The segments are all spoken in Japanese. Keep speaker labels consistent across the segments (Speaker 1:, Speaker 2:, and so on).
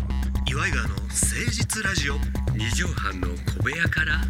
Speaker 1: イガーの誠実ラジオ
Speaker 2: 二畳半の小部屋から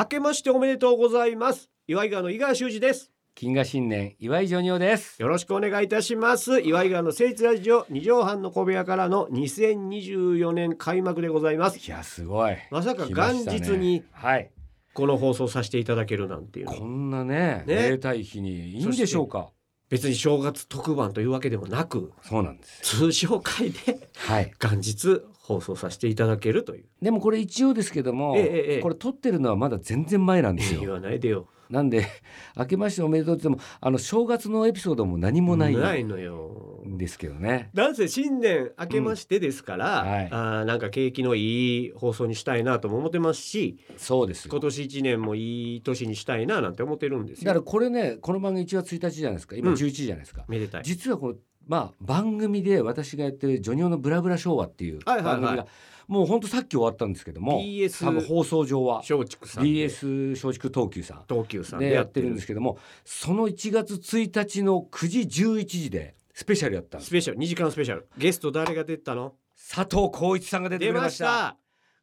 Speaker 3: 明けましておめでとうございます岩井川の井川修司です
Speaker 2: 金河新年岩井ジョニオです
Speaker 3: よろしくお願いいたします岩井川の誠実ラジオ二畳半の小部屋からの2024年開幕でございます
Speaker 2: いやすごい
Speaker 3: まさか
Speaker 2: 来ま
Speaker 3: 元
Speaker 2: したね
Speaker 3: 日に
Speaker 2: はい
Speaker 3: この放送させていただけるなんていう
Speaker 2: こんなね
Speaker 3: ね
Speaker 2: 冷たい日にいいんでしょうか
Speaker 3: 別に正月特番というわけでもなく
Speaker 2: そうなんです
Speaker 3: 通常会で
Speaker 2: はい
Speaker 3: 元日放送させていただけるという
Speaker 2: でもこれ一応ですけども、
Speaker 3: ええええ
Speaker 2: これ撮ってるのはまだ全然前なんです
Speaker 3: 言
Speaker 2: よ
Speaker 3: わないでよ
Speaker 2: なんで 明けましておめでとうって言ってもあの正月のエピソードも何もない
Speaker 3: ない
Speaker 2: ん
Speaker 3: のよ
Speaker 2: ですけどね
Speaker 3: なんせ新年明けましてですから、
Speaker 2: うんはい
Speaker 3: あーなんか景気のいい放送にしたいなとも思ってますし
Speaker 2: そうですよ
Speaker 3: 今年一年もいい年にしたいななんて思ってるんです
Speaker 2: だか
Speaker 3: よ。
Speaker 2: らこれねこの番組1月1日じゃないですか今
Speaker 3: うん
Speaker 2: 11じゃないですか、
Speaker 3: めでたい。
Speaker 2: 実はこのまあ番組で私がやってる「ジョニオのブラブラ昭和」っていう
Speaker 3: はい
Speaker 2: 番
Speaker 3: はい
Speaker 2: 組
Speaker 3: は
Speaker 2: が、
Speaker 3: い
Speaker 2: もうほんとさっき終わったんですけども
Speaker 3: BS
Speaker 2: 多分放送上は
Speaker 3: 松竹さんで
Speaker 2: BS 松竹東急さ
Speaker 3: 東急さ
Speaker 2: ん
Speaker 3: んで
Speaker 2: でや
Speaker 3: やっ
Speaker 2: っ
Speaker 3: てて
Speaker 2: る
Speaker 3: る
Speaker 2: んですけどもその1月1日の9時11時でスペシャルやったんで
Speaker 3: ス
Speaker 2: す
Speaker 3: ペシャル2時間スペシャルゲスト誰が出たの
Speaker 2: 佐藤浩一さんが出て
Speaker 3: 出
Speaker 2: くれ
Speaker 3: ま
Speaker 2: まし
Speaker 3: したた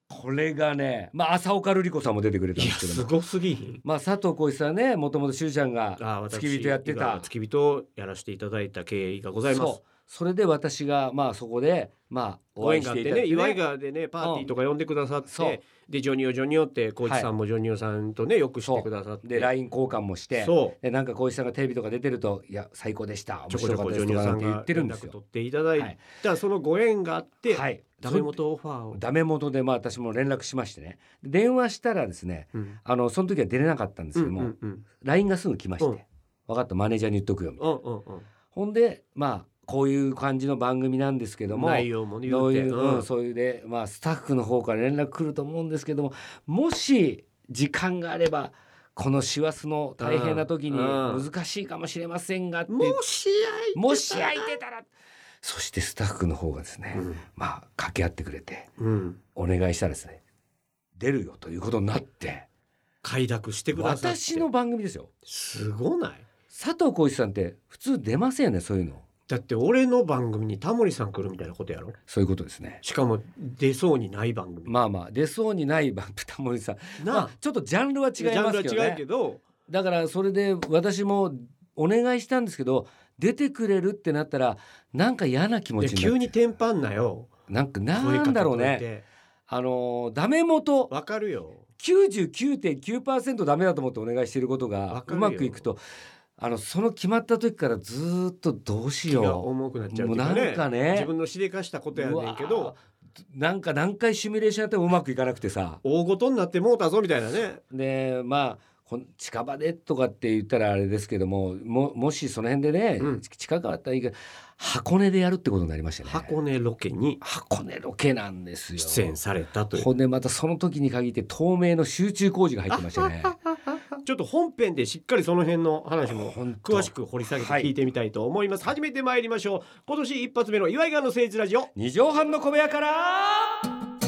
Speaker 2: これがねまあ朝岡瑠璃子さんも出てくれたん
Speaker 3: い
Speaker 2: で
Speaker 3: や
Speaker 2: すけ
Speaker 3: す
Speaker 2: ども
Speaker 3: ごすぎひん
Speaker 2: まあ佐藤浩一さんねもともとしゅうちゃん
Speaker 3: あー
Speaker 2: が
Speaker 3: 私
Speaker 2: 付き人やってた
Speaker 3: 付き人をやらせていただいた経緯がございま
Speaker 2: そう
Speaker 3: す
Speaker 2: それで私がまあそこでまあお
Speaker 3: ご
Speaker 2: 会い
Speaker 3: 縁
Speaker 2: し
Speaker 3: があって
Speaker 2: い
Speaker 3: て
Speaker 2: ただい
Speaker 3: ね
Speaker 2: て、
Speaker 3: 岩井川でねパーティーとか呼んでくださっ
Speaker 2: そう
Speaker 3: てでジョニオジョニオって浩一さんもジョニオさんとねよくし
Speaker 2: そう
Speaker 3: てくださって
Speaker 2: で LINE 交換もして
Speaker 3: そう
Speaker 2: でなんか浩一さんがテレビとか出てると「いや最高でした
Speaker 3: ち
Speaker 2: 面
Speaker 3: ょこち
Speaker 2: 白
Speaker 3: ょ
Speaker 2: かっ
Speaker 3: こ
Speaker 2: た
Speaker 3: ジョ
Speaker 2: です」
Speaker 3: ニオ
Speaker 2: とか
Speaker 3: さ
Speaker 2: なん
Speaker 3: ん
Speaker 2: て言
Speaker 3: が
Speaker 2: ってるん
Speaker 3: 連
Speaker 2: です
Speaker 3: 絡取
Speaker 2: よ。
Speaker 3: っていただ
Speaker 2: はい
Speaker 3: いたそのご縁があって
Speaker 2: はい、
Speaker 3: ダメ元オファーを
Speaker 2: ダメ元でまあ私も連絡しましてねで電話したらですね
Speaker 3: うん
Speaker 2: あのその時は出れなかったんですけども、
Speaker 3: うんうん
Speaker 2: LINE がすぐ来まして
Speaker 3: う
Speaker 2: 「
Speaker 3: ん
Speaker 2: 分かったマネージャーに言っとくよ」みたいな
Speaker 3: うんうんうん
Speaker 2: ほんでまあこういう感じの番組なんですけども
Speaker 3: 内容もね言
Speaker 2: どう
Speaker 3: うて
Speaker 2: いう、
Speaker 3: うん
Speaker 2: うんそういうで、まあ、スタッフの方から連絡来ると思うんですけどももし時間があればこの師走の大変な時に
Speaker 3: うんうん
Speaker 2: 難しいかもしれませんがって
Speaker 3: もし合い
Speaker 2: もし空いてたらそしてスタッフの方がですね、まあ掛け合ってくれて
Speaker 3: うん、
Speaker 2: お願いしたらですね出るよということになって
Speaker 3: 快諾してくださって
Speaker 2: 私の番組ですよ
Speaker 3: すごない
Speaker 2: 佐藤浩市さんって普通出ませんよねそういうの
Speaker 3: だって俺の番組にタモリさん来るみたいなことやろ
Speaker 2: そういうことですね
Speaker 3: しかも出そうにない番組、
Speaker 2: まあまあ出そうにない番組タモリさんま
Speaker 3: な
Speaker 2: あ、ちょっとジャンルは違い
Speaker 3: ジャ
Speaker 2: ま
Speaker 3: ン
Speaker 2: す
Speaker 3: ル
Speaker 2: けど
Speaker 3: は違
Speaker 2: ね
Speaker 3: うけど
Speaker 2: だからそれで私もお願いしたんですけど出てくれるってなったらなんか嫌な気持
Speaker 3: い
Speaker 2: ち
Speaker 3: や
Speaker 2: になって
Speaker 3: 急にテンパんなよ
Speaker 2: なんか
Speaker 3: こういう
Speaker 2: な
Speaker 3: 方
Speaker 2: んだろう
Speaker 3: と
Speaker 2: ね
Speaker 3: いて
Speaker 2: あのーダメ元
Speaker 3: わかるよ
Speaker 2: 99.9%ダメだと思ってお願いしていること
Speaker 3: わ
Speaker 2: が
Speaker 3: か
Speaker 2: う
Speaker 3: るよ
Speaker 2: まくいくとあのその決まった時からずーっとどうし
Speaker 3: 気が
Speaker 2: よ
Speaker 3: 重くなっちゃう
Speaker 2: も
Speaker 3: け
Speaker 2: う
Speaker 3: ど
Speaker 2: な
Speaker 3: ね
Speaker 2: んかね
Speaker 3: 自分のしでかしたことや
Speaker 2: うう
Speaker 3: ねん
Speaker 2: わ
Speaker 3: けど
Speaker 2: ーなんか何回シミュレーションやってもうまくいかなくてさ
Speaker 3: 大ごとになってもうたぞみたいなね
Speaker 2: でまあこん近場でとかって言ったらあれですけどもももしその辺でね、
Speaker 3: うん
Speaker 2: ち近かったらいいけど箱根でやるってことになりましたね
Speaker 3: 箱根ロケに
Speaker 2: 箱根ロケなんですよ
Speaker 3: 出演されたという
Speaker 2: ほんでまたその時に限って透明の集中工事が入ってましたね
Speaker 3: ちょっと本編でしっかりその辺の話も
Speaker 2: ほんと
Speaker 3: 詳しく掘り下げて聞いてみたいと思います、初めて参りましょう今年一発目の岩井川の政治ラジオ
Speaker 2: 二畳半の小部屋から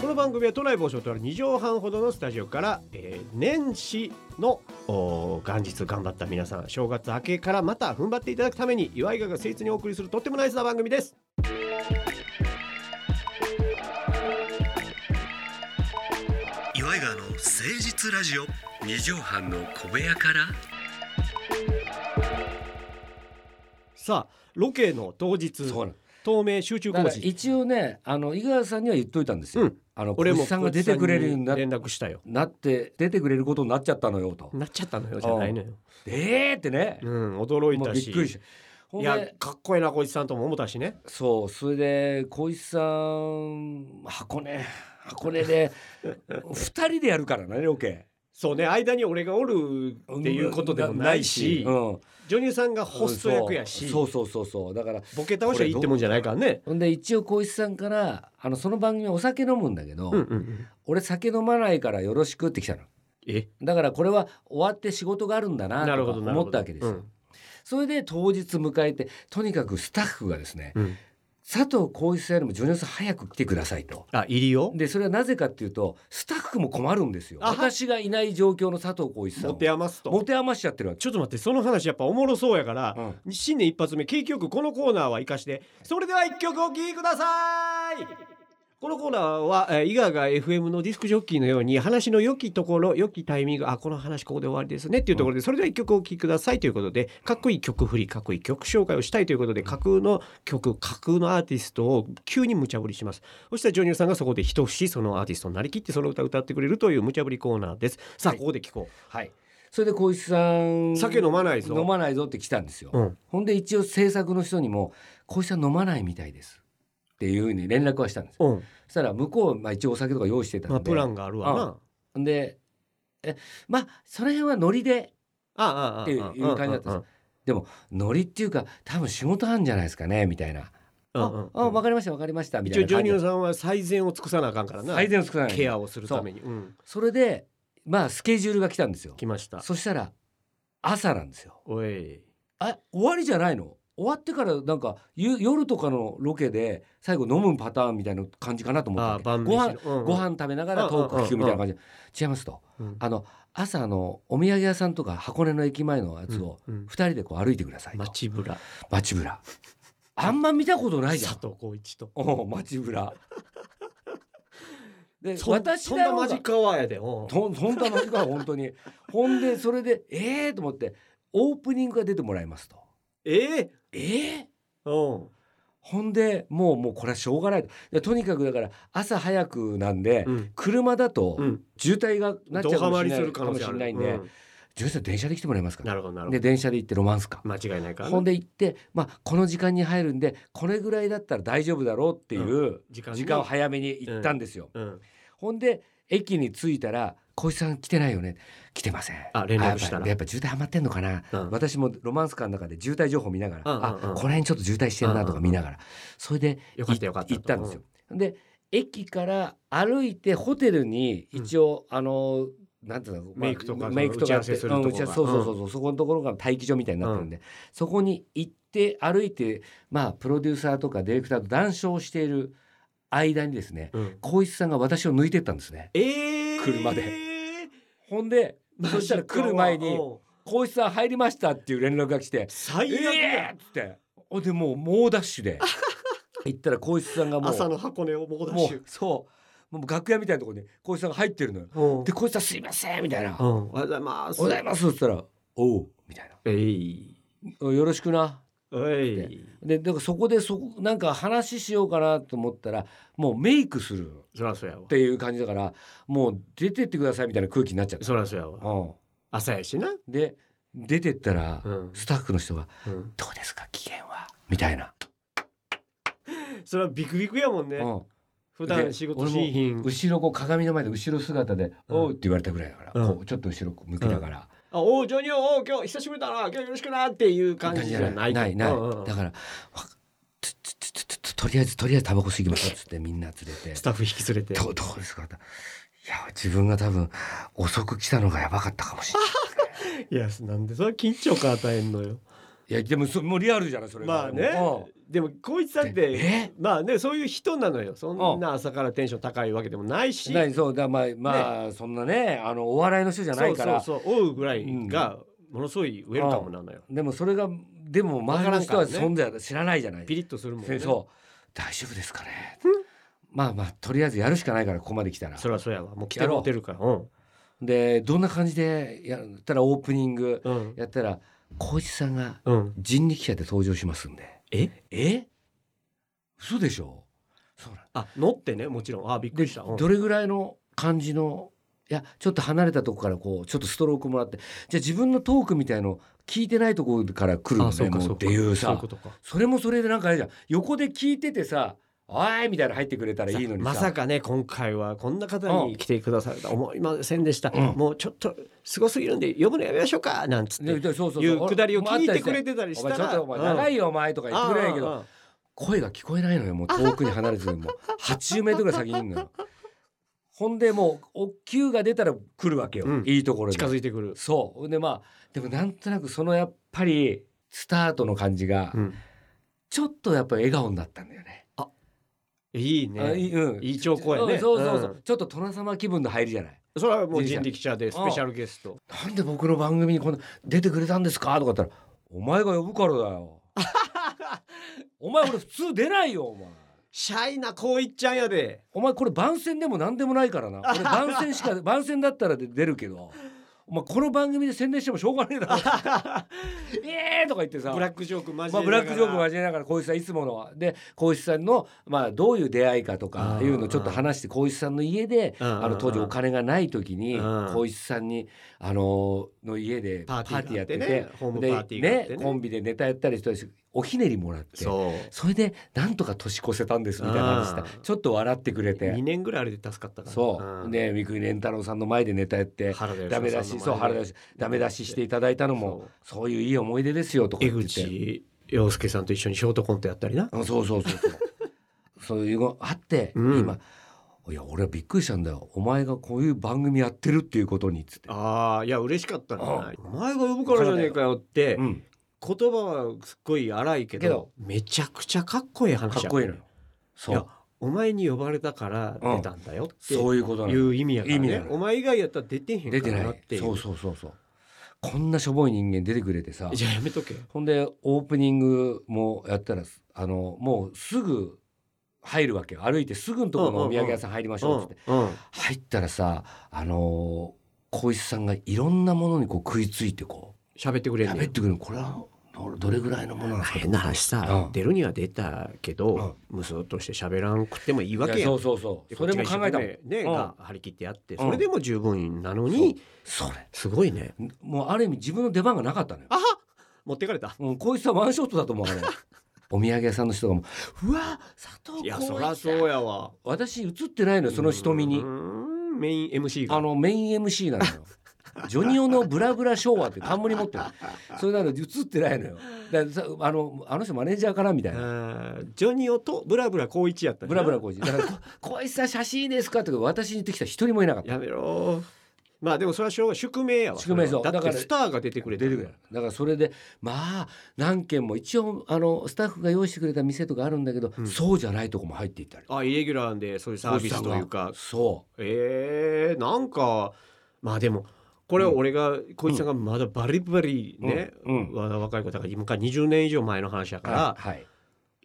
Speaker 3: この番組は都内某所とある2畳半ほどのスタジオから、えー年始のおー元日頑張った皆さん正月明けからまた踏ん張っていただくために岩井川が誠実にお送りするとってもナイスな番組です
Speaker 1: 岩井川の誠実ラジオ
Speaker 2: 二畳半の小部屋から
Speaker 3: さあロケの当日
Speaker 2: そうなん
Speaker 3: 透明集中
Speaker 2: だ
Speaker 3: 工
Speaker 2: から
Speaker 3: 事
Speaker 2: 一応ねあの井川さんには言っといたんですよ、
Speaker 3: うん
Speaker 2: あの小石さんが出てくれるようにな
Speaker 3: 連絡したよ
Speaker 2: なって出てくれることになっちゃったのよと、
Speaker 3: なっちゃったのよじゃないのよ
Speaker 2: えーってね、
Speaker 3: うん驚い
Speaker 2: もう
Speaker 3: た
Speaker 2: び
Speaker 3: し
Speaker 2: っくりしたほん
Speaker 3: い
Speaker 2: で
Speaker 3: やかっこいいなこいつさんとも思ったしね
Speaker 2: そうそれで小石さん箱根箱根 で二人でやるからねロケ
Speaker 3: そうね間に俺がおるっていうことでもないし、
Speaker 2: うん、
Speaker 3: ジョニーさんがホスト役やし、
Speaker 2: そうそうそうそうそうだから
Speaker 3: ボケ倒したらいいってもんじゃないからね。
Speaker 2: ほんで一応小石さんからあのその番組お酒飲むんだけど、
Speaker 3: うんうんうん、
Speaker 2: 俺酒飲まないからよろしくって来たの
Speaker 3: え
Speaker 2: だからこれは終わって仕事があるんだな
Speaker 3: なる
Speaker 2: と
Speaker 3: ほ
Speaker 2: か
Speaker 3: どなるほど
Speaker 2: 思ったわけですよ、
Speaker 3: うん
Speaker 2: それで当日迎えてとにかくスタッフがですね
Speaker 3: うん
Speaker 2: 佐藤浩市さんよりもジョニオさん早く来てくださいと。
Speaker 3: あ入りを
Speaker 2: でそれはなぜかっていうとスタッフも困るんですよ。
Speaker 3: あはい
Speaker 2: 私がいない状況の佐藤浩市さん
Speaker 3: 持
Speaker 2: を
Speaker 3: て余すと
Speaker 2: 持て余しちゃってるわけ。
Speaker 3: ちょっと待ってその話やっぱおもろそうやから、
Speaker 2: うん
Speaker 3: 新年一発目景気よくこのコーナーは生かしてそれでは一曲お聴きくださいこのコーナーは、えー、伊賀が FM のディスクジョッキーのように話の良きところ良きタイミングあこの話ここで終わりですねっていうところで、それでは一曲お聴きくださいということでかっこいい曲振りかっこいい曲紹介をしたいということで架空の曲架空のアーティストを急に無茶ぶりしますそしたらジョニオさんがそこで一節そのアーティストになりきってその歌を歌ってくれるという無茶ぶりコーナーですさあ、
Speaker 2: はい
Speaker 3: ここで聞こ
Speaker 2: はい。それで浩市さん
Speaker 3: う酒飲まないぞ
Speaker 2: 飲まないぞって来たんですよ。
Speaker 3: うん
Speaker 2: ほんで一応制作の人にも「浩市さん飲まないみたいです」っていうふうに連絡はしたんです。
Speaker 3: うん
Speaker 2: そしたら向こう、まあ、一応お酒とか用意してたんで、
Speaker 3: まあプランがあるわな、
Speaker 2: うんでえまあその辺はノリで
Speaker 3: ああああ
Speaker 2: っていう感じだったん
Speaker 3: です。
Speaker 2: ノリっていうか多分仕事あるんじゃないですかねみたいな「
Speaker 3: うん
Speaker 2: ああ分かりました分かりました」み
Speaker 3: 一
Speaker 2: たい
Speaker 3: 応
Speaker 2: な
Speaker 3: ジョ
Speaker 2: 感
Speaker 3: ニ
Speaker 2: じ
Speaker 3: オ
Speaker 2: で
Speaker 3: さんは最善を尽くさなあかんからな。
Speaker 2: 最善を尽くさない
Speaker 3: ケアをするために。うん
Speaker 2: それでまあスケジュールが来たんですよ
Speaker 3: 来ました。
Speaker 2: そしたら朝なんですよ
Speaker 3: おい。
Speaker 2: あ終わりじゃないの終わってからなんかゆ夜とかのロケで最後飲むパターンみたいな感じかなと思った
Speaker 3: あ
Speaker 2: わ
Speaker 3: あ
Speaker 2: け
Speaker 3: 晩
Speaker 2: ご飯
Speaker 3: 飯の。
Speaker 2: ご飯食べながらトーク聞くみたいな感じで違いますと
Speaker 3: うん
Speaker 2: あの朝あのお土産屋さんとか箱根の駅前のや
Speaker 3: う
Speaker 2: つ
Speaker 3: ん
Speaker 2: を
Speaker 3: うん
Speaker 2: 二人でこう歩いてくださいと
Speaker 3: 街ぶら。
Speaker 2: 街ぶらあんま見たことないじゃ
Speaker 3: 佐
Speaker 2: ん
Speaker 3: 藤浩一と。
Speaker 2: おう街 ぶらで
Speaker 3: そん
Speaker 2: 私
Speaker 3: そん
Speaker 2: だ
Speaker 3: な
Speaker 2: ろう
Speaker 3: マ
Speaker 2: が
Speaker 3: ジかわやで。おう
Speaker 2: と本当はマジか本当にほんでそれでええー、と思ってオープニングが出てもらいますと
Speaker 3: ええ。
Speaker 2: ええー
Speaker 3: うん
Speaker 2: ほんでもうもうこれはしょうがないとでとにかくだから朝早くなんで、
Speaker 3: うん。
Speaker 2: 車だと
Speaker 3: うん。
Speaker 2: 渋滞がなっち
Speaker 3: ド
Speaker 2: ゃうか
Speaker 3: ハ
Speaker 2: も
Speaker 3: マ
Speaker 2: し
Speaker 3: り
Speaker 2: れな
Speaker 3: す
Speaker 2: い,、
Speaker 3: る可能性ある。
Speaker 2: んで、
Speaker 3: うん
Speaker 2: ジョニーさん電車で来てもらえますか
Speaker 3: なるほどなるほ
Speaker 2: で電車で行ってロマンスカー
Speaker 3: ど。間違いないから
Speaker 2: ほん
Speaker 3: な。
Speaker 2: で行って、まあ、この時間に入るんでこれぐらいだったら大丈夫だろうっていう
Speaker 3: 時間に
Speaker 2: 時間を早めに行ったんですよ。
Speaker 3: うん。
Speaker 2: ほんで駅に着いたら「小石さん来てないよね来てません」
Speaker 3: あ連絡したら
Speaker 2: あやっぱやっぱ渋滞はまってんのかな、
Speaker 3: うん
Speaker 2: 私もロマンスカーの中で渋滞情報見ながら、
Speaker 3: うんうんうん
Speaker 2: あこの辺ちょっと渋滞してるなとか見ながら、それで
Speaker 3: よかったよかった。
Speaker 2: 行ったんですよ。で駅から歩いてホテルに一応、あのなんていうの、
Speaker 3: メイクとか
Speaker 2: メイクとかあ
Speaker 3: 打ち合
Speaker 2: っ
Speaker 3: わせ
Speaker 2: て
Speaker 3: するとこが
Speaker 2: うん打ち合わせそうそうそうそう、そこのところが待機所みたいになってるんで、そこに行って歩いてまあプロデューサーとかディレクターと談笑している間にですね
Speaker 3: うん。うん
Speaker 2: 光一さんが私を抜いてったんですね
Speaker 3: ええ。
Speaker 2: 車
Speaker 3: で。
Speaker 2: ほんでそしたら来る前 に
Speaker 3: うん
Speaker 2: 光一さん入りましたっていう連絡が来て「
Speaker 3: 最悪や。
Speaker 2: ええー!」っつってほんでもう猛ダッシ ュで行ったら光一さんがもう
Speaker 3: 朝の箱根を猛ダッ
Speaker 2: も
Speaker 3: シュ
Speaker 2: う。そうもう楽屋みたいなところに光一さんが入ってるのよ。
Speaker 3: うん
Speaker 2: で光一さん「すいません」みたいな「おはよ
Speaker 3: ん、おはようございます
Speaker 2: うございます」っつったら「おう」みたいな
Speaker 3: えい。
Speaker 2: 「よろしくな
Speaker 3: え
Speaker 2: い。で」だからそこでそこなんか話しようかなと思ったらもうメイクするっ
Speaker 3: そらそやわ。
Speaker 2: ていう感じだからもう出てってくださいみたいな空気になっちゃう
Speaker 3: そらそやわ。
Speaker 2: う
Speaker 3: 朝やしな。
Speaker 2: ん、で出てったら、
Speaker 3: ん
Speaker 2: スタッフの人が
Speaker 3: うん
Speaker 2: 「どうですか危険は」みたいな、
Speaker 3: それはビクビクやもんね。
Speaker 2: うん、
Speaker 3: 普段仕事しーひん。
Speaker 2: 後ろこう鏡の前で後ろ姿で「
Speaker 3: うん
Speaker 2: おう」って言われたぐらいだから、
Speaker 3: うん
Speaker 2: こうちょっと後ろ向きながら、
Speaker 3: あ、おう、ジョニオ、おう、今日久しぶりだな、今日よろしくなっていう感じじゃない。
Speaker 2: ないない、
Speaker 3: うんうんうん
Speaker 2: だからわつつつつつつとりあえずとりあえずタバコ吸いきましょうっつってみんな連れて
Speaker 3: スタッフ引き連れ
Speaker 2: 「
Speaker 3: て。
Speaker 2: どうどうですか?」っていや自分が多分遅く来たのがやばかったかもしれない
Speaker 3: いや、なんでそれ緊張感与えんのよ。
Speaker 2: いやでもそもうリアルじゃないそれ
Speaker 3: まあ
Speaker 2: が
Speaker 3: ね
Speaker 2: もう。
Speaker 3: でも、こいつだっ
Speaker 2: うん
Speaker 3: て。
Speaker 2: え
Speaker 3: まあね、そういう人なのよ。そんな朝からテンション高いわけでもないし。
Speaker 2: ないそうだまあまあ、そんなねあのお笑いの人じゃないから
Speaker 3: そうそうそう、おうぐらいが、ものすごいウェルカムなのよ。
Speaker 2: でもそれがでも周りの人
Speaker 3: わ
Speaker 2: は
Speaker 3: からんからね
Speaker 2: 存在だ知らないじゃない
Speaker 3: ピリッとするもんね。
Speaker 2: そう大丈夫ですかねまあまあとりあえずやるしかないからここまで来たら
Speaker 3: そりゃそうやわもう来て
Speaker 2: やろう
Speaker 3: もってるからうん
Speaker 2: でどんな感じでやったらオープニング
Speaker 3: うん
Speaker 2: やったら浩一さんが
Speaker 3: うん
Speaker 2: 人力車で登場しますんで
Speaker 3: え
Speaker 2: え嘘でしょそうなん
Speaker 3: あ乗ってねもちろんあびっく
Speaker 2: で
Speaker 3: りしたうん
Speaker 2: どれぐらいの感じのいやちょっと離れたとこからこうちょっとストロークもらってじゃあ自分のトークみたいの聞いてないところから来るの
Speaker 3: あそ
Speaker 2: ね
Speaker 3: うか
Speaker 2: も
Speaker 3: そうう
Speaker 2: っ
Speaker 3: か
Speaker 2: ていう
Speaker 3: そういう
Speaker 2: さ
Speaker 3: ことか
Speaker 2: それもそれでなんかあれじゃん横で聞いててさ「おい!」みたいなの入ってくれたらいいのにさ
Speaker 3: まさかね今回はこんな方に来てくださるとは思いませんでした、
Speaker 2: うん
Speaker 3: もうちょっとすごすぎるんで呼ぶのやめましょうかなんつって
Speaker 2: でそうそうそう
Speaker 3: いうくだりを聞いてくれ
Speaker 2: て
Speaker 3: てたり
Speaker 2: お
Speaker 3: した
Speaker 2: 前ちょっ
Speaker 3: ら
Speaker 2: とお前長いよお前とか言ってくれないけど
Speaker 3: ど
Speaker 2: 声が聞こえないのよもう遠くに離れてるもう80メートルぐらい先にいるのよほんでもうお球が出たら来るわけよ、
Speaker 3: うん
Speaker 2: いいところに
Speaker 3: 近づいてくる、
Speaker 2: そうでまあでもなんとなくそのやっぱりスタートの感じが
Speaker 3: うん
Speaker 2: ちょっとやっぱり笑顔になったんだよね、
Speaker 3: いい
Speaker 2: あい
Speaker 3: ね
Speaker 2: いうん
Speaker 3: いい兆候やね
Speaker 2: うんそうそうそう、
Speaker 3: ん
Speaker 2: ちょっと殿様気分の入りじゃない
Speaker 3: それはもう人力車でスペシャルゲスト
Speaker 2: なんで僕の番組にこんな出てくれたんですかとか言ったらお前が呼ぶからだ よお前俺普通出ないよお前
Speaker 3: シャイなこういっちゃんやで
Speaker 2: お前これ番宣でも何でもないからな俺番宣しか 番宣だったらで出るけどお前この番組で宣伝してもしょうがね えだろええとか言ってさ
Speaker 3: ブラックジョークマジ
Speaker 2: まあ、ブラックジョークを交えながら光一さんいつもので光一さんの、まあ、どういう出会いかとかいうのをちょっと話して光一さんの家で
Speaker 3: うんうんうん
Speaker 2: あの当時お金がない時に
Speaker 3: うん
Speaker 2: 光一さんにあのの家で
Speaker 3: パ
Speaker 2: パ
Speaker 3: ー
Speaker 2: ー
Speaker 3: ティー
Speaker 2: ティーやって
Speaker 3: があって
Speaker 2: て
Speaker 3: ねホームパーティー
Speaker 2: で
Speaker 3: があってね
Speaker 2: ねコンビでネタやったりしたりしておひねりもらって
Speaker 3: そう
Speaker 2: それでなんとか年越せたんですみたいな話した
Speaker 3: うん
Speaker 2: ちょっと笑ってくれ
Speaker 3: 2
Speaker 2: て
Speaker 3: 年ぐらいあれで助かったから
Speaker 2: そう、
Speaker 3: ん
Speaker 2: ね三國連太郎さんの前でネタやって
Speaker 3: 原田
Speaker 2: ダメ出しそう原田
Speaker 3: し
Speaker 2: しダメ出ししていただいたのもそういういい思い出ですよとか
Speaker 3: 江
Speaker 2: 言ってて。
Speaker 3: 口洋介さんと一緒にショートコントやったりな
Speaker 2: うんそうそうそうそう そういうのあって、
Speaker 3: うん
Speaker 2: 今いや俺はびっくりしたんだよお前がこういう番組やってるっていうことにっつって、
Speaker 3: ああいや嬉しかったな
Speaker 2: あ
Speaker 3: お前が呼ぶからじゃねえかよって
Speaker 2: うん、
Speaker 3: 言葉はすっごい荒いけど
Speaker 2: けど
Speaker 3: めちゃくちゃかっこいい話
Speaker 2: かっ
Speaker 3: や
Speaker 2: こいいのよそ
Speaker 3: いや
Speaker 2: う
Speaker 3: お前に呼ばれたから出たんだよって
Speaker 2: そういうことなの
Speaker 3: いう意味やから
Speaker 2: 意味
Speaker 3: ね
Speaker 2: なの
Speaker 3: お前以外やったら出てへん
Speaker 2: 出
Speaker 3: か
Speaker 2: て
Speaker 3: ら
Speaker 2: な
Speaker 3: ないっていう
Speaker 2: そうそうそうそうこんなしょぼい人間出てくれてさ
Speaker 3: じゃあやめとけ
Speaker 2: ほんでオープニングもやったらあのもうすぐ入るわけよ歩いてすぐのところのお土産屋さん入りましょうっつって、
Speaker 3: うんうん
Speaker 2: 入ったらさあのー光一さんがいろんなものにこう食いついてこう
Speaker 3: 喋ってくれんねん
Speaker 2: 喋ってくるのこれはどどれぐらいのものなんですか
Speaker 3: 変な話さ、
Speaker 2: うん
Speaker 3: 出るには出たけど、無双として喋らんくてもいいわけ
Speaker 2: いや
Speaker 3: や
Speaker 2: そうそうそうそれも考えたもん
Speaker 3: ね、ね
Speaker 2: うん
Speaker 3: が張り切ってやって
Speaker 2: うん
Speaker 3: それでも十分なのに、
Speaker 2: それ
Speaker 3: すごいね
Speaker 2: もうある意味自分の出番がなかったのよ
Speaker 3: あ持ってかれた
Speaker 2: うんこいつはワンショットだと思う あれお土産屋さんの人がもううわ佐藤
Speaker 3: いや
Speaker 2: 浩
Speaker 3: そ
Speaker 2: 市
Speaker 3: らそうやわ
Speaker 2: 私映ってないのよその瞳
Speaker 3: う
Speaker 2: に
Speaker 3: ーんメイン MC が
Speaker 2: あのメイン MC なのよジョニオのブラブラ昭和って冠持ってるそれなのに映ってないのよだからさあのあの人マネージャーからみたいな
Speaker 3: あージョニオとブラブラ高一やった
Speaker 2: ブラブ
Speaker 3: ラ
Speaker 2: ラ浩二だからこ「浩一さん写真いいですか?」って私に言ってきた一人もいなかった
Speaker 3: やめろまあでもそれはしょうが宿命やわ
Speaker 2: 宿命そう
Speaker 3: だっ
Speaker 2: だか
Speaker 3: て
Speaker 2: ら
Speaker 3: スターが出てくれた
Speaker 2: 出てくるだからそれでまあ何件も一応あのスタッフが用意してくれた店とかあるんだけど、
Speaker 3: うん
Speaker 2: そうじゃないとこも入っていったり
Speaker 3: あイレギュラーでそういうサービスというか
Speaker 2: そ
Speaker 3: えー、なんかまあでもこれは俺が小一さんがまだバリバリ
Speaker 2: う
Speaker 3: ね、
Speaker 2: うんうん
Speaker 3: わ若い子だから今から20年以上前の話や
Speaker 2: う
Speaker 3: から、
Speaker 2: はい、はい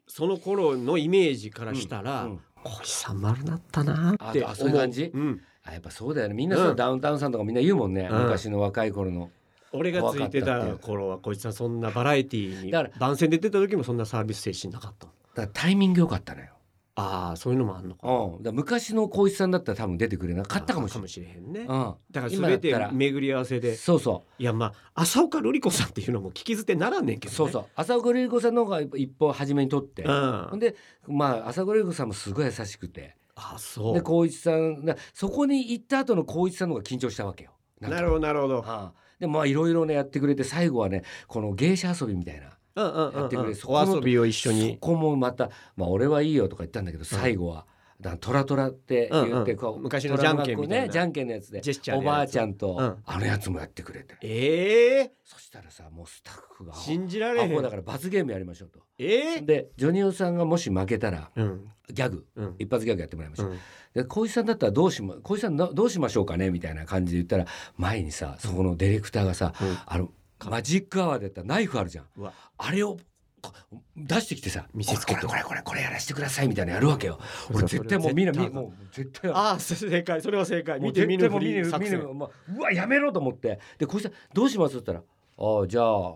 Speaker 3: その頃のイメージからしたら、
Speaker 2: うん
Speaker 3: 小一さん丸なったなーって思
Speaker 2: あそういう感じ
Speaker 3: うん、
Speaker 2: あやっぱそうだよねみんなそう、
Speaker 3: うん
Speaker 2: ダウンタウンさんとかみんな言うもんね、
Speaker 3: うん
Speaker 2: 昔の若い頃の
Speaker 3: 俺がついて
Speaker 2: 怖かったってい
Speaker 3: た
Speaker 2: う
Speaker 3: 頃は小一さんそんなバラエティーに
Speaker 2: だから
Speaker 3: 番宣で出た時もそんなサービス精神なかった
Speaker 2: だからタイミング良かったのよ、
Speaker 3: ああそういうのもあんのか
Speaker 2: うん、だから昔の光一さんだったら多分出てくれなかったかもしれない
Speaker 3: へんね
Speaker 2: うん
Speaker 3: だから全
Speaker 2: 今だった
Speaker 3: て
Speaker 2: ら
Speaker 3: 巡り合わせで
Speaker 2: そうそ
Speaker 3: いやまあ浅岡瑠璃子さんっていうのも聞き捨てならんねん
Speaker 2: う
Speaker 3: けど、ね、
Speaker 2: そうそう朝倉瑠璃子さんの方が一歩初めに取って、
Speaker 3: うん、あ
Speaker 2: ほんでまあ朝倉瑠璃子さんもすごい優しくて
Speaker 3: そう
Speaker 2: で光一さんだそこに行った後の光一さんの方が緊張したわけよ。んか
Speaker 3: なるほどなるほど。
Speaker 2: ああでまあいろいろねやってくれて最後はねこの芸者遊びみたいな
Speaker 3: うんうんうん
Speaker 2: やってくれ
Speaker 3: うん
Speaker 2: そこの
Speaker 3: お遊びを一緒
Speaker 2: そ
Speaker 3: に。
Speaker 2: こもまた「まあ、俺はいいよ」とか言ったんだけど最後は「だからトラトラ」って言って、
Speaker 3: うんうん
Speaker 2: こう
Speaker 3: 昔の
Speaker 2: トラがこう
Speaker 3: じゃんけんみたいな
Speaker 2: ねじゃんけんのやつで
Speaker 3: ジェスチャーの
Speaker 2: お
Speaker 3: やつ
Speaker 2: ばあちゃんと、
Speaker 3: うん
Speaker 2: あのやつもやってくれて
Speaker 3: ええ
Speaker 2: そしたらさもうスタッフがアホ
Speaker 3: 信じられへ
Speaker 2: アホだ
Speaker 3: ん。
Speaker 2: から罰ゲームやりましょうと。
Speaker 3: ええ
Speaker 2: でジョニオさんがもし負けたら
Speaker 3: うん
Speaker 2: ギャグ
Speaker 3: うん
Speaker 2: 一発ギャグやってもらいましょ
Speaker 3: う。
Speaker 2: う
Speaker 3: ん。
Speaker 2: で小石さんだったらどうしま小石さんなどうしましょうかねみたいな感じで言ったら前にさそこのディレクターがさ、
Speaker 3: うん
Speaker 2: あのマジックアワーでやったらナイフあるじゃん
Speaker 3: うわ
Speaker 2: あれをこ出してきてさ
Speaker 3: 見せつけて
Speaker 2: これこれこれこれやらせてくださいみたいなのやるわけよ俺絶対もうみんなみもう絶対
Speaker 3: ああそ正解それは正解。
Speaker 2: もう
Speaker 3: 見て見
Speaker 2: 絶
Speaker 3: ぬふ
Speaker 2: 対もう見
Speaker 3: り
Speaker 2: る
Speaker 3: 作
Speaker 2: 見る
Speaker 3: 戦。
Speaker 2: もううわやめろと思ってで小石さんどうしますって言ったら「ああじゃあ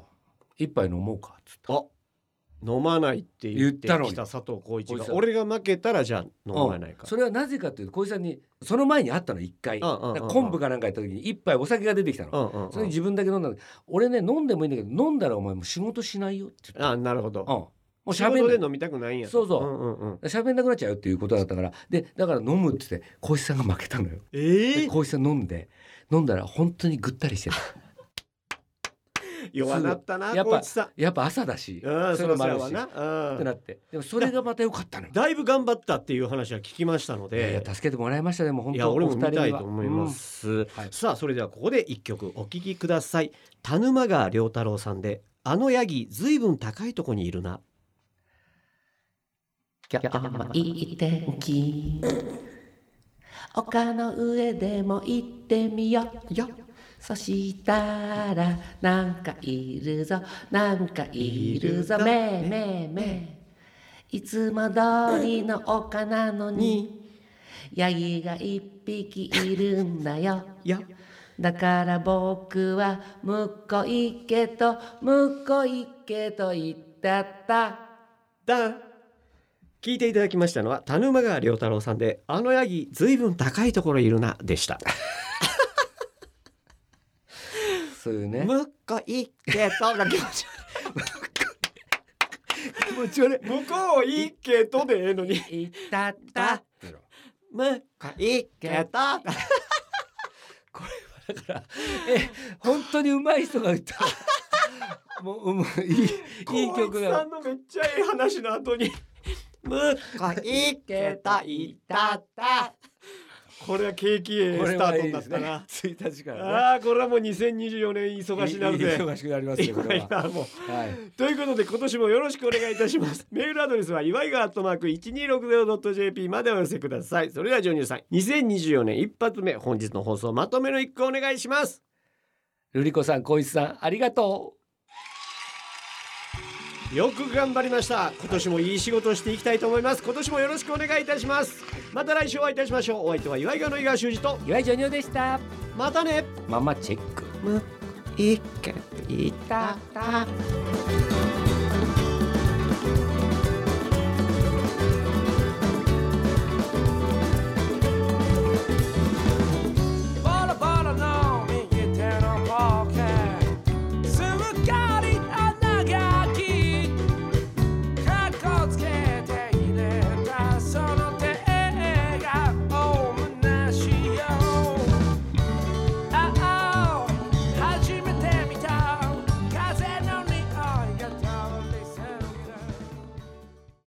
Speaker 2: 一杯飲もうか」っつって
Speaker 3: あ飲まないって言って
Speaker 2: 言ったのに
Speaker 3: きた佐藤浩一
Speaker 2: こい
Speaker 3: が
Speaker 2: つは
Speaker 3: 俺が負けたらじゃあ飲まないか
Speaker 2: そ。れはなぜかというと小石さんにその前にあったの一回
Speaker 3: うんうんうんうん
Speaker 2: だから昆布かなんかやった時に一杯お酒が出てきたの
Speaker 3: うんうんうん
Speaker 2: それ自分だけ飲んだの俺ね飲んでもいいんだけど飲んだらお前もう仕事しないよって言って
Speaker 3: あなるほど。
Speaker 2: うん、もう
Speaker 3: 仕
Speaker 2: 喋
Speaker 3: 事
Speaker 2: ん
Speaker 3: で
Speaker 2: ない
Speaker 3: 飲みたくないんやと。
Speaker 2: そうそう
Speaker 3: うんうんうん。
Speaker 2: 喋んなくなっちゃうよっていうことだったからでだから飲むって言って浩一さんが負けたのよ
Speaker 3: え
Speaker 2: で
Speaker 3: え
Speaker 2: 浩一さん飲んで飲んだら本当にぐったりしてた
Speaker 3: 弱なったな
Speaker 2: やっぱ
Speaker 3: 浩一さん。
Speaker 2: やっぱ朝だし
Speaker 3: うんそ
Speaker 2: それ
Speaker 3: ろそ
Speaker 2: もあ
Speaker 3: ろ
Speaker 2: るし
Speaker 3: はな。
Speaker 2: っ
Speaker 3: う
Speaker 2: て
Speaker 3: ん
Speaker 2: なってでもそれがまた良かったのよ
Speaker 3: だいぶ頑張ったっていう話は聞きましたの
Speaker 2: いやいや
Speaker 3: で。
Speaker 2: 助けてもらいましたでもう本
Speaker 3: い
Speaker 2: 当
Speaker 3: や俺も
Speaker 2: お
Speaker 3: 見
Speaker 2: 二人に
Speaker 3: た
Speaker 2: はい
Speaker 3: と思います、
Speaker 2: はい
Speaker 3: さあそれではここで一曲お聴きください田沼川良太郎さんであのヤギずいぶん高いとこにいるな
Speaker 4: 今日もいい天気丘の上でも行ってみようよそしたらなんかいるぞなんかいるぞめいめいめいいつも通りの丘なのにヤギが一匹いるんだよ
Speaker 3: や
Speaker 4: だから僕は向こう行けと向こう行けと言ったった
Speaker 3: だ聞いていただきましたのは田沼川良太郎さんで「あのヤギずいぶん高いところいるな」でした。
Speaker 2: そういうね。
Speaker 3: むっこいけとが気持ち
Speaker 2: 気持ち悪い。
Speaker 3: 向こういいけとでええのに
Speaker 4: 言ったっ
Speaker 3: だ
Speaker 4: た
Speaker 2: っての
Speaker 3: むっこいけと
Speaker 2: え、本当に上手い人 が歌う。もう、もういい、いい曲
Speaker 3: 光一さ
Speaker 2: だ。
Speaker 3: んのめっちゃええ話の後に「むっこいけといたった」これは景気ええ
Speaker 2: こ
Speaker 3: ス
Speaker 2: れ
Speaker 3: タ
Speaker 2: はい
Speaker 3: ート
Speaker 2: い
Speaker 3: にな
Speaker 2: で
Speaker 3: っ
Speaker 2: す
Speaker 3: た
Speaker 2: ね
Speaker 3: な。。
Speaker 2: 一日からね。
Speaker 3: ああこれはもう2024年忙しなるぜ。
Speaker 2: 忙しくなりますよ、こ
Speaker 3: 今
Speaker 2: れ
Speaker 3: や
Speaker 2: は。
Speaker 3: もう
Speaker 2: は い。
Speaker 3: ということで今年もよろしくお願いいたしますメールアドレスは祝いがアットマーク 1260.jp までお寄せくださいそれではジョニオさん2024年一発目本日の放送まとめの一句お願いします
Speaker 2: ルリコさん、光一さん、ありがと
Speaker 3: よく頑張りました今年もいい仕事をしていきたいと思います今年もよろしくお願いいたしますまた来週お会いいたしましょうお相手は祝いがの井川修司と
Speaker 2: う。岩井ジョニオでした。
Speaker 3: またね
Speaker 2: ママチェック。
Speaker 3: いいけい
Speaker 4: たた